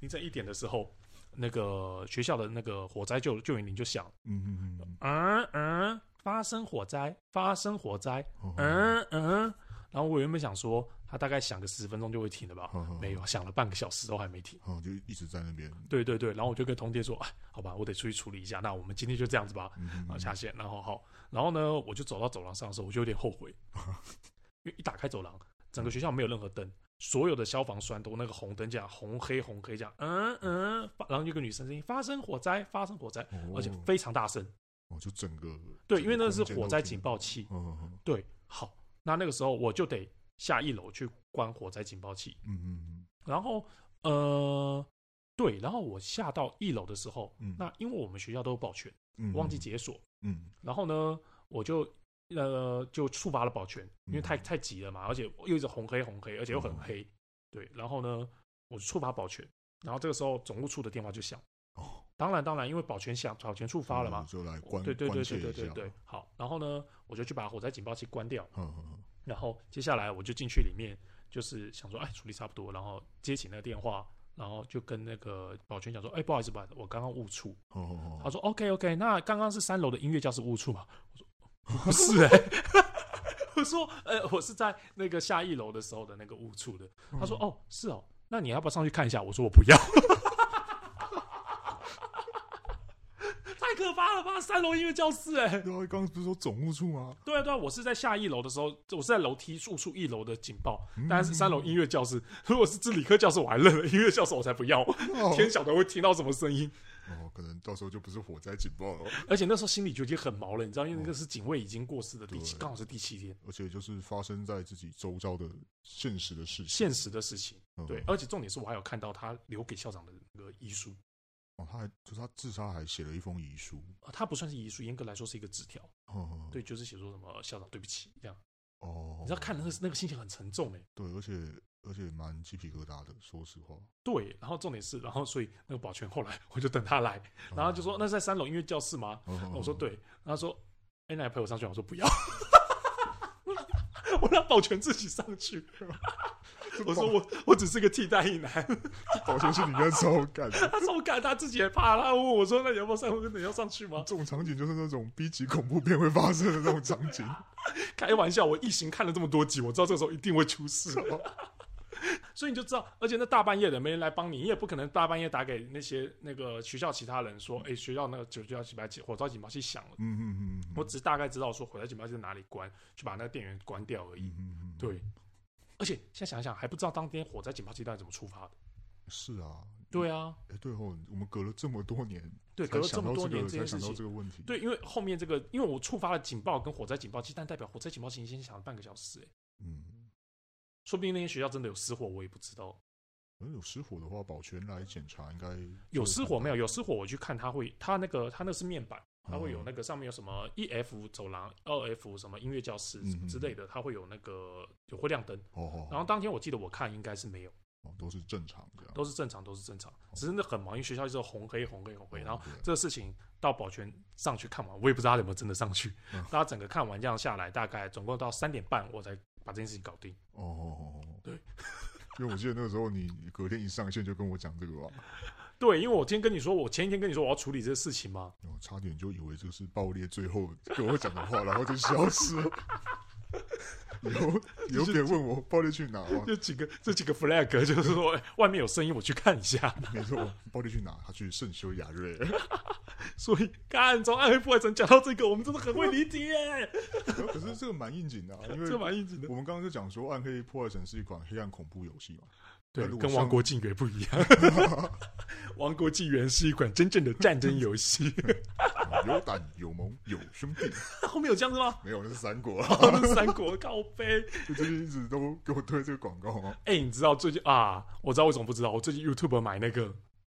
S2: 凌晨一点的时候，那个学校的那个火灾救救援铃就响了，
S1: 嗯嗯
S2: 嗯嗯，发生火灾，发生火灾，
S1: 嗯，，
S2: 嗯嗯。然后我原本想说，它大概响个十分钟就会停了
S1: 嗯
S2: 吧，没有，响了半个小时都还没停。
S1: 哦，就一直在那边，
S2: 对对对，然后我就跟通爹说，哎，好吧，我得出去处理一下，那我们今天就这样子吧。
S1: 嗯
S2: 然后下线，然后好，然后呢，我就走到走廊上的时候，我就有点后悔，因为一打开走廊，整个学校没有任何灯，所有的消防栓都那个红灯这样红黑红黑这样，嗯嗯，发然后有个女生声音发生火灾，发生火灾，而且非常大声，
S1: 哦，就整个
S2: 对，因为那个是火灾警报器，
S1: 嗯
S2: 对，好，那那个时候我就得下一楼去关火灾警报器，
S1: 嗯嗯
S2: 然后呃。对，然后我下到一楼的时候，
S1: 嗯
S2: 那因为我们学校都有保全，
S1: 嗯，
S2: 忘记解锁，
S1: 嗯
S2: 然后呢，我就呃就触发了保全，因为太
S1: 嗯
S2: 太急了嘛，而且又一直红黑红黑，而且又很
S1: 嗯
S2: 黑，对。然后呢，我就触发保全，然后这个时候总务处的电话就响。
S1: 哦，
S2: 当然当然，因为保全响，保全触发了嘛。
S1: 就来关
S2: 对对对对对对对，，好。然后呢，我就去把火灾警报器关掉，
S1: 嗯
S2: 然后接下来我就进去里面，就是想说，哎，处理差不多，然后接起那个电话，然后就跟那个保全讲说：“哎、不好意思，吧，我刚刚误触。”
S1: 哦哦
S2: 他
S1: 哦，
S2: 说：“OK OK，那刚刚是三楼的音乐教室误触嘛？”我说：“不是哎、我说：“呃，我是在那个下一楼的时候的那个误触的。”他说：“哦，是哦，那你要不要上去看一下？”我说：“我不要。”太可怕了吧！三楼音乐教室哎、
S1: 对啊，刚刚不是说总务处吗？
S2: 对啊对啊，我是在下一楼的时候，我是在楼梯误触一楼的警报
S1: 嗯，
S2: 但是三楼音乐教室，如果是这理科教室我还认了，音乐教室我才不要，
S1: 哦
S2: 天晓得会听到什么声音。
S1: 哦，可能到时候就不是火灾警报了，
S2: 而且那时候心里就已经很毛了，你知道，因为那个是警卫已经过世的第七，
S1: 哦对
S2: 刚好是第七天，
S1: 而且就是发生在自己周遭的现实的事情。
S2: 现实的事情。
S1: 嗯
S2: 对，而且重点是我还有看到他留给校长的那个遗书，
S1: 哦，他还就是他自杀还写了一封遗书。
S2: 呃他不算是遗书，严格来说是一个纸条，
S1: 哦，
S2: 对，就是写说什么校长对不起这样。
S1: 哦，
S2: 你知道看的那个那个心情很沉重哎、
S1: 对，而且而且蛮鸡皮疙瘩的，说实话。
S2: 对，然后重点是，然后所以那个保全后来 [LAUGHS] 我就等他来，然后他就说那是在三楼音乐教室吗？
S1: 哦，
S2: 我说对，然后他说：“哎、那你陪我上去吗？”我说：“不要。” [LAUGHS] 我让保全自己上去。我说我我只是个替代一男，
S1: [LAUGHS] 保全是里面超感的。
S2: 他说我敢，他自己也怕，他问我说：“那你要不要上？你要上去吗
S1: 这种场景就是那种 B 级恐怖片会发生的那种场景。？”
S2: 开玩笑，我异形看了这么多集，我知道这个时候一定会出事， [LAUGHS] 所以你就知道，而且那大半夜的没人来帮你，你也不可能大半夜打给那些那个学校其他人说：“哎、学校那个九九几百几火灾警报器响了。”
S1: 嗯嗯嗯嗯
S2: 我只是大概知道说火灾警报器在哪里关，去把那个电源关掉而已。
S1: 嗯嗯嗯，
S2: 对，而且现在想一想还不知道当天火灾警报器到底怎么触发的。
S1: 是啊，
S2: 对啊，
S1: 哎，对哦，我们隔了这么多年，
S2: 对，
S1: 才
S2: 隔了这
S1: 想到
S2: 么多年
S1: 个，才
S2: 件
S1: 想
S2: 事
S1: 到
S2: 情
S1: 这，个问题。
S2: 对，因为后面这个，因为我触发了警报跟火灾警报器，但代表火灾警报器已经响了半个小时、欸，
S1: 嗯，
S2: 说不定那间学校真的有失火，我也不知道。
S1: 可哎能有失火的话，保全来检查应该
S2: 有失火没有？有失火，我去看它会，它那个它那是面板，它会有
S1: 嗯
S2: 那个上面有什么一 F 走廊、二 F 什么音乐教室什么之类的，它会有那个有会亮灯。
S1: 嗯哦哦，
S2: 然后当天我记得我看应该是没有。
S1: 哦都是正常这样。
S2: 都是正常，都是正常，只是那很忙，因为学校就是红黑红黑红黑，
S1: 哦
S2: 然后
S1: 对
S2: 这个事情到保全上去看完，我也不知道他有没有真的上去
S1: 嗯，
S2: 大家整个看完这样下来，大概总共到三点半我才把这件事情搞定。
S1: 哦哦，哦
S2: 对， [LAUGHS]
S1: 因为我记得那个时候你隔天一上线就跟我讲这个啊吧，
S2: 对，因为我今天跟你说，我前一天跟你说我要处理这个事情嘛，
S1: 我哦差点就以为这个是爆裂最后跟我讲的话，然后就消失了。以后以后别人问我爆裂去哪吗？
S2: 这几个这几个 flag [LAUGHS] 就是说、哎外面有声音，我去看一下。 [LAUGHS]
S1: 没错，暴力哦去哪？他去圣修雅瑞。 [LAUGHS]
S2: 所以，看从暗黑破坏神讲到这个，我们真的很会理解耶，
S1: 可是这个蛮应景的、啊，因为
S2: 这蛮应景的
S1: 我。们刚刚就讲说，《暗黑破坏神》是一款黑暗恐怖游戏嘛。
S2: 对，
S1: 那如果
S2: 跟
S1: 像
S2: 王国纪元不一 [LAUGHS] 样，王国纪元是一款真正的战争游戏。
S1: 啊有胆有盟有兄弟，
S2: [LAUGHS] 后面有这样子吗？ [LAUGHS]
S1: 没有那是三国啊，
S2: 他们三国靠背。
S1: 就最近一直都给我推这个广告啊吗？
S2: 哎、你知道最近啊？我知道为什么不知道，我最近 YouTube 买那个，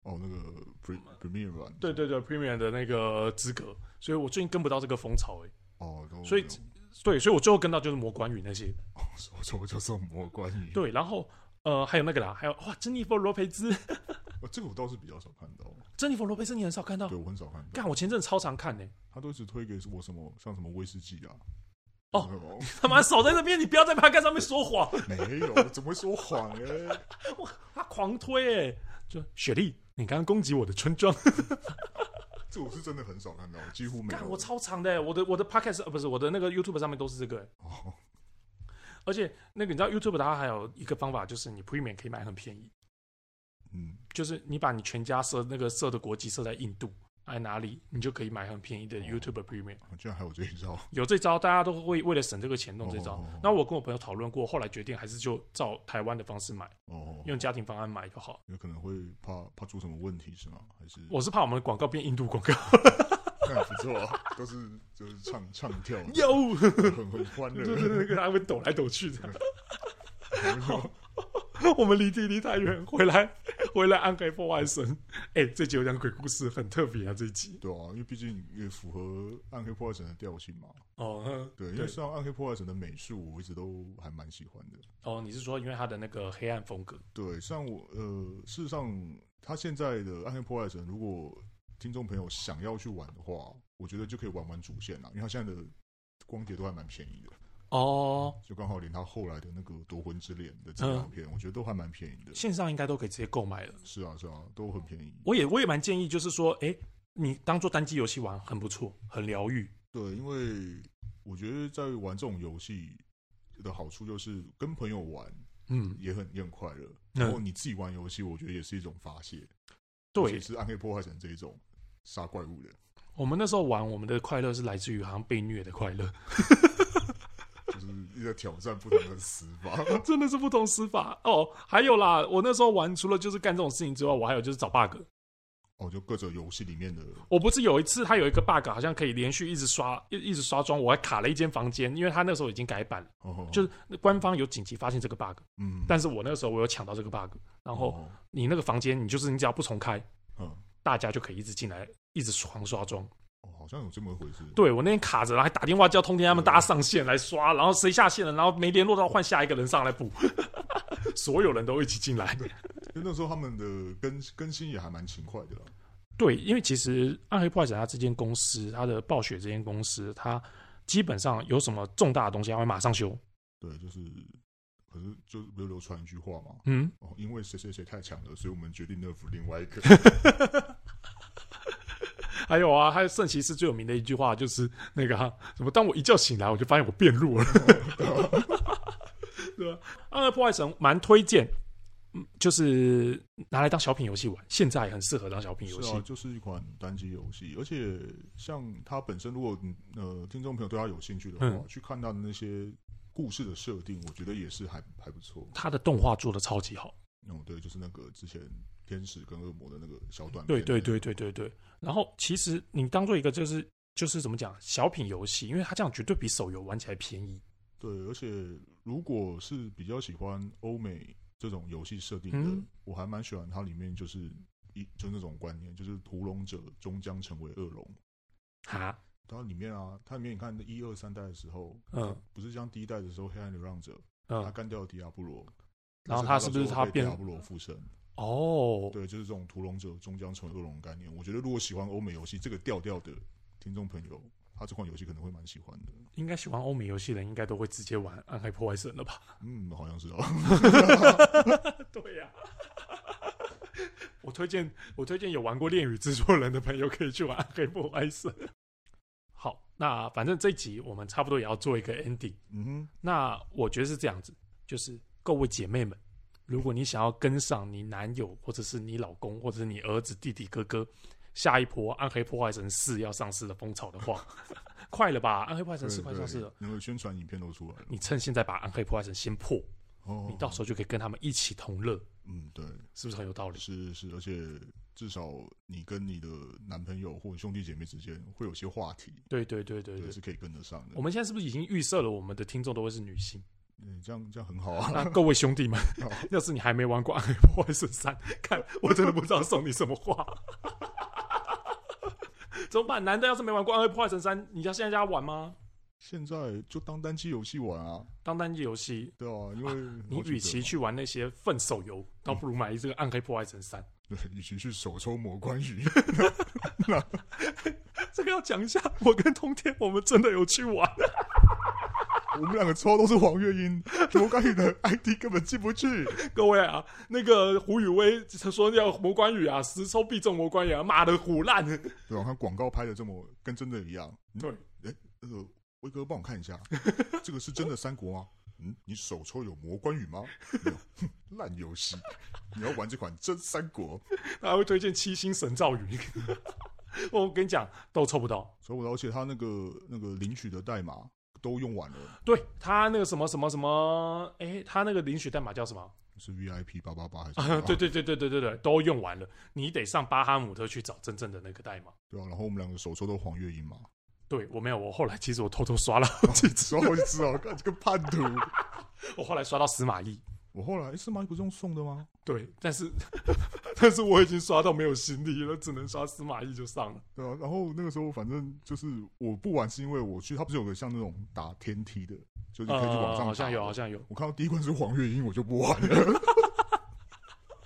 S1: 哦，那个 Pre Premiere 版，
S2: 对对对，Premium 的那个资格，所以我最近跟不到这个风潮、哎，
S1: 哦，都
S2: 所以对，所以我最后跟到就是魔关羽那些，
S1: 我说我就送魔关羽，
S2: 对，然后呃，还有那个啦，还有哇，珍妮佛罗培兹，
S1: 哦，这个我倒是比较少看到，
S2: 珍妮佛罗培兹你很少看到
S1: 对，我很少看到，
S2: 干，我前阵子超常看呢、哎
S1: 他都一直推给我什么像什么威士忌啊，
S2: 哦
S1: 什么，
S2: 他妈少在那边，你不要在 p 盖上面说谎，
S1: 没有，怎么会说谎哎？
S2: 他狂推、哎，就雪莉，你刚刚攻击我的村庄，
S1: [LAUGHS] 这我是真的很少看到，几乎没
S2: 干，
S1: 有。
S2: 我超长的、哎我的我的 Podcast 呃不是我的那个 YouTube 上面都是这个、哎
S1: 哦，
S2: 而且那个你知道 YouTube 它还有一个方法，就是你 Premium 可以买很便宜，
S1: 嗯，
S2: 就是你把你全家设那个设的国籍设在印度，哎哪里，你就可以买很便宜的 YouTube Premium。
S1: 居然还有这一招，
S2: 有这招，大家都会为了省这个钱弄这招
S1: 哦。
S2: 那我跟我朋友讨论过，后来决定还是就照台湾的方式买，
S1: 哦，
S2: 用家庭方案买就好。
S1: 有可能会怕怕出什么问题是吗？还是
S2: 我是怕我们的广告变印度广告，
S1: 那不错啊，都是就是唱唱
S2: [LAUGHS]
S1: 跳，
S2: 有，
S1: 很很欢
S2: 对对
S1: 乐。
S2: 对，那个他会抖来抖去的。
S1: 然后
S2: 我们离地离太远，回来回来暗黑破坏神。哎、这集有讲鬼故事，很特别啊，这一集
S1: [LAUGHS] 对啊，因为毕竟也符合暗黑破坏神的调性嘛。
S2: 哦。嗯
S1: 对，因为像暗黑破坏神的美术，我一直都还蛮喜欢的。
S2: 哦，你是说因为他的那个黑暗风格？
S1: 对，像我呃，事实上，他现在的暗黑破坏神，如果听众朋友想要去玩的话，我觉得就可以玩玩主线啦，因为他现在的光碟都还蛮便宜的。
S2: 哦，嗯
S1: 就刚好连他后来的那个《夺魂之恋》的纪录片，我觉得都还蛮便宜的。
S2: 线上应该都可以直接购买了。
S1: 是啊，是啊，都很便宜。
S2: 我也我也蛮建议，就是说，哎、你当做单机游戏玩很不错，很疗愈。
S1: 对，因为我觉得在玩这种游戏的好处就是跟朋友玩
S2: 嗯，
S1: 也很也很快乐，
S2: 嗯
S1: 然后你自己玩游戏，我觉得也是一种发泄。尤
S2: 对
S1: 其，是暗黑破坏神这一种杀怪物的，
S2: 我们那时候玩，我们的快乐是来自于好像被虐的快乐，
S1: 就是一直在挑战不同的死
S2: [LAUGHS]
S1: 法。
S2: [LAUGHS] 真的是不同死法哦。还有啦，我那时候玩除了就是干这种事情之外，我还有就是找 bug。
S1: 哦，就各种游戏里面的哦
S2: 我不是有一次它有一个 bug，好像可以连续一直刷一一直刷装，我还卡了一间房间，因为它那时候已经改版了，
S1: 哦，
S2: 就是官方有紧急发现这个 bug，
S1: 嗯，
S2: 但是我那个时候我有抢到这个 bug，然后
S1: 哦
S2: 你那个房间你就是你只要不重开，
S1: 嗯，
S2: 大家就可以一直进来，一直狂刷装。
S1: 哦，好像有这么一回事。
S2: 对我那天卡着，然后还打电话叫通天他们
S1: 对
S2: 大家上线来刷，然后谁下线了，然后没联络到换下一个人上来补， [LAUGHS] 所有人都一起进来。
S1: 因为那时候他们的更更新也还蛮勤快的啦。
S2: 对，因为其实《暗黑破坏神》它这间公司，它的暴雪这间公司，它基本上有什么重大的东西，它会马上修。
S1: 对，就是，可是就不是流传一句话嘛，
S2: 嗯，
S1: 哦，因为谁谁谁太强了，所以我们决定 nerf 另外一个。
S2: 还有啊，还有圣骑士最有名的一句话就是那个、啊、什么，当我一觉醒来，我就发现我变弱了。 [LAUGHS] 啊对吧？《暗黑破坏神》蛮推荐，嗯，就是拿来当小品游戏玩，现在很适合当小品 [LAUGHS] 游
S1: 是
S2: 戏。
S1: 啊，就是一款单机游戏，而且像它本身，如果你呃听众朋友对它有兴趣的话，
S2: 嗯
S1: 去看它的那些故事的设定，我觉得也是还还不错。
S2: 他的动画做的超级好。
S1: 嗯，对，就是那个之前天使跟恶魔的那个小短
S2: 对
S1: 片，
S2: 对对对对嗯对。然后其实你当做一个就是就是怎么讲小品游戏，因为它这样绝对比手游玩起来便宜。
S1: 对，而且如果是比较喜欢欧美这种游戏设定的，
S2: 嗯
S1: 我还蛮喜欢它里面就是一就那种观念，就是屠龙者终将成为恶龙。
S2: 哈，
S1: 它里面啊，它里面你看一二三代的时候，
S2: 嗯，
S1: 不是像第一代的时候黑暗流浪者，他
S2: 嗯，
S1: 干掉了迪亚布罗，
S2: 然后
S1: 但
S2: 他是不是
S1: 到时
S2: 他
S1: 候被
S2: 变
S1: 迪亚布罗附身？
S2: 哦，
S1: 对，就是这种屠龙者终将成为恶龙的概念。我觉得如果喜欢欧美游戏这个调调的听众朋友，他这款游戏可能会蛮喜欢的。
S2: 应该喜欢欧美游戏的人应该都会直接玩《暗黑破坏神》了吧？
S1: 嗯，好像是哦。
S2: [LAUGHS] 对呀、 [LAUGHS] 我推荐我推荐有玩过《恋与制作人》的朋友可以去玩《暗黑破坏神》。好，那反正这一集我们差不多也要做一个 ending。
S1: 嗯哼，
S2: 那我觉得是这样子，就是各位姐妹们，如果你想要跟上你男友或者是你老公或者是你儿子、弟弟、哥哥下一波《暗黑破坏神四》要上市的风潮的话， [LAUGHS] 快了吧，《暗黑破坏神四》快上市了，
S1: 那个宣传影片都出来了。
S2: 你趁现在把《暗黑破坏神》先破，
S1: 哦，
S2: 你到时候就可以跟他们一起同乐，
S1: 嗯，对，
S2: 是不是很有道理？
S1: 是是，而且至少你跟你的男朋友或者兄弟姐妹之间会有些话题，
S2: 对对对对对
S1: 对，。是可以跟得上的
S2: 我。们现在是不是已经预设了我们的听众都会是女性？
S1: 嗯，这样这样很好
S2: [LAUGHS]
S1: 啊。
S2: 那各位兄弟们， [LAUGHS] 要是你还没玩过《暗黑破坏神三》， [LAUGHS] 看我真的不知道送你什么话。 [LAUGHS] 怎么办？男的要是没玩过《暗黑破坏神三》，你要现在就要玩吗？
S1: 现在就当单机游戏玩啊，
S2: 当单机游戏，
S1: 对啊，因为
S2: 你
S1: 好几
S2: 与
S1: 个
S2: 其
S1: 嘛
S2: 去玩那些粪手游，倒不如买这个《暗黑破坏神三》。
S1: [LAUGHS] 对，与其去手抽魔关羽，
S2: [LAUGHS]
S1: [LAUGHS]
S2: 这个要讲一下， [LAUGHS] 我跟通天，我们真的有去玩。
S1: 我们两个抽都是黄月英，魔关羽的 ID 根本进不去。
S2: [LAUGHS] 各位啊，那个胡宇威说要魔关羽啊，十抽必中魔关羽啊，骂的虎烂。
S1: 对啊，他广告拍的这么跟真的一样。嗯
S2: 对，
S1: 哎、那个威哥帮我看一
S2: [LAUGHS]
S1: 下，这个是真的三国吗？嗯，你手抽有魔关羽吗？没有，哼烂游戏。你要玩这款真三国，
S2: 他还会推荐七星神赵云。 [LAUGHS] 我跟你讲，都抽不到。
S1: 所以我而且他那个那个领取的代码都用完了，
S2: 对他那个什么什么什么，哎、他那个领取代码叫什么？
S1: 是 VIP 八八八还是什么、
S2: 啊对对对对对对对，都用完了，你得上巴哈姆特去找真正的那个代码。
S1: 对啊，然后我们两个手抽都黄月英嘛， [LAUGHS]
S2: 对我没有，我后来其实我偷偷刷了好几次，
S1: 然后我就知道，看这个叛徒。 [LAUGHS]
S2: 我后来刷到司马懿。
S1: 我后来，诶司马懿不是用送的吗？
S2: 对，但是 [LAUGHS] 但是我已经刷到没有心力了，只能刷司马懿就上了。
S1: 对啊，然后那个时候反正就是我不玩是因为我去，它不是有个像那种打天梯的，就是你可以去网上、
S2: 呃好像有，好。像有。
S1: 我看到第一关是黄月英，我就不玩了。 [LAUGHS]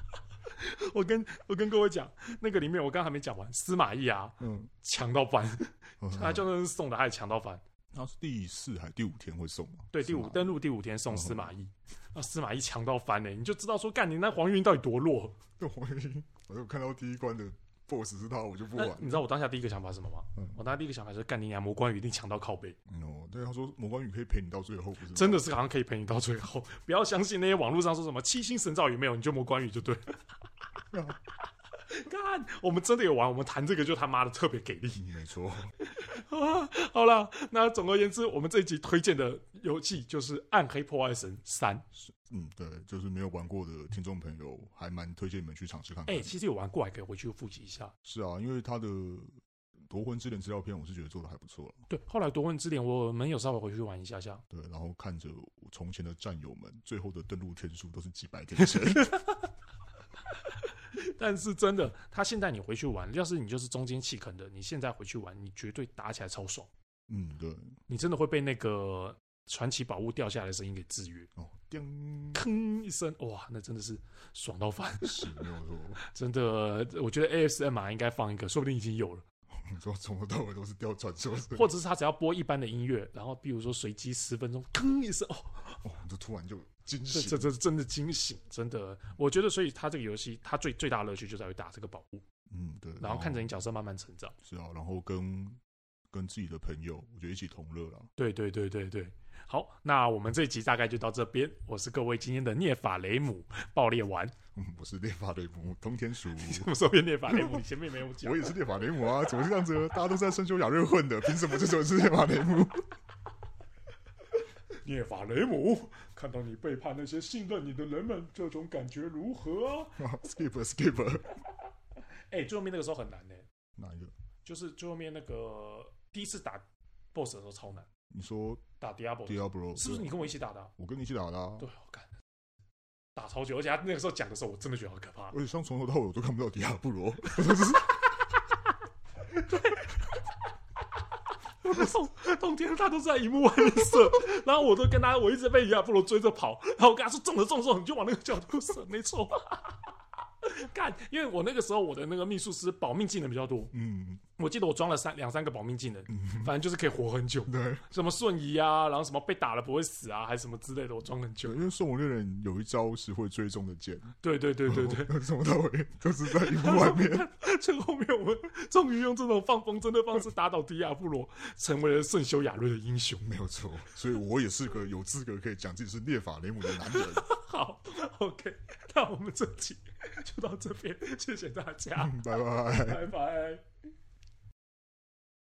S2: 我跟我跟各位讲，那个里面我刚还没讲完，司马懿啊
S1: 嗯， [LAUGHS]
S2: 强到翻，
S1: 嗯
S2: 他就算是送的，他也强到翻。
S1: 然后是第四还第五天会送嘛？ [LAUGHS]
S2: 对，
S1: 是
S2: 第五
S1: 吗
S2: 登陆第五天送
S1: 嗯
S2: 司马懿，那司马懿强到翻呢、你就知道说，干你那黄云到底多弱。
S1: 对，我已经我就看到第一关的 BOSS 是他，我就不
S2: 那
S1: 玩。
S2: 你知道我当下第一个想法是什么吗？
S1: 嗯
S2: 我当下第一个想法是，干你娘魔关羽一定强到靠背，
S1: 嗯哦，对，他说魔关羽可以陪你到最后，不是吗
S2: 真的是好像可以陪你到最后。不要相信那些网络上说什么七星神照也没有，你就魔关羽就对了。
S1: 嗯
S2: [LAUGHS] 干，我们真的有玩，我们谈这个就他妈的特别给力。
S1: 嗯 [LAUGHS] 没错，
S2: 啊，好啦，那总而言之，我们这一集推荐的游戏就是《暗黑破坏神三》。
S1: 嗯，对，就是没有玩过的听众朋友，还蛮推荐你们去尝试看看。
S2: 哎、其实有玩过，还可以回去复习一下。
S1: 是啊，因为他的《夺魂之恋》资料片，我是觉得做的还不错了。
S2: 对，后来夺魂之镰，我们有稍微回去玩一下下。
S1: 对，然后看着从前的战友们，最后的登陆天数都是几百天前。 [LAUGHS]
S2: 但是真的，他现在你回去玩，要是你就是中间弃坑的，你现在回去玩，你绝对打起来超爽，
S1: 嗯，对，
S2: 你真的会被那个传奇宝物掉下来的声音给制约，
S1: 哦，叮，
S2: 吭一声，哇，那真的是爽到翻！
S1: 是没有错。
S2: 真的，我觉得 ASMR 应该放一个，说不定已经有了，
S1: [LAUGHS] 你说从头到尾都是掉传说声，
S2: 或者是他只要播一般的音乐，然后比如说随机十分钟，吭一声，哦，
S1: 哦，你就突然就惊
S2: 这
S1: 喜。
S2: 这这真的惊醒，真的，我觉得，所以他这个游戏，他最最大的乐趣就在于打这个宝物，
S1: 嗯，对。
S2: 然后看着你角色慢慢成长。
S1: 是啊，然后跟跟自己的朋友，我觉得一起同乐啦。 [LAUGHS]
S2: 对对对对对，好，那我们这一集大概就到这边。我是各位今天的涅法雷姆爆裂丸， [LAUGHS]
S1: 嗯，我是猎法雷姆通天鼠，
S2: 什么时候变涅法雷姆？你前面没有讲
S1: 我。也是猎法雷姆啊，怎么是这样子呢？大家都是在圣修雅瑞混的，凭什么这种是猎法雷姆？ [LAUGHS]
S2: 涅法雷姆，看到你背叛那些信任你的人们，这种感觉如何啊？
S1: skip skip，
S2: 哎、最后面那个时候很难呢、
S1: 哪一个？
S2: 就是最后面那个第一次打 BOSS 的时候超难，
S1: 你说
S2: 打 Diablo 的时候
S1: Diablo
S2: 是不是
S1: 对
S2: 你跟我一起打的啊、
S1: 我跟你一起打的、啊
S2: 对，，我干，打超久，而且他那个时候讲的时候，我真的觉得好可怕
S1: 而。且像从头到尾我都看不到迪亚布罗，
S2: 通通天他都是在荧幕外面射，然后我都跟他，我一直被亚波罗追着跑，然后我跟他说中了中了中了，你就往那个角度射，没错。 [LAUGHS] 干，因为我那个时候我的那个秘术师保命技能比较多，
S1: 嗯，
S2: 我记得我装了三两三个保命技能，反正就是可以活很久，
S1: 对，
S2: 什么瞬移啊，然后什么被打了不会死啊，还是什么之类的，我装很久
S1: 对，。因为《圣武猎人》有一招是会追踪的剑，
S2: 对对对对对。
S1: 对， [LAUGHS] 从头到尾都是在荧幕外面， [LAUGHS]
S2: [LAUGHS] 最后面我们终于用这种放风筝的方式打倒迪亚布罗，成为了圣修亚瑞的英雄。
S1: 没有错，所以我也是个有资格可以讲自己是猎法雷姆的男人。
S2: 好，OK，那我们这集就到这边，谢谢大家，
S1: 嗯拜拜。
S2: 拜拜。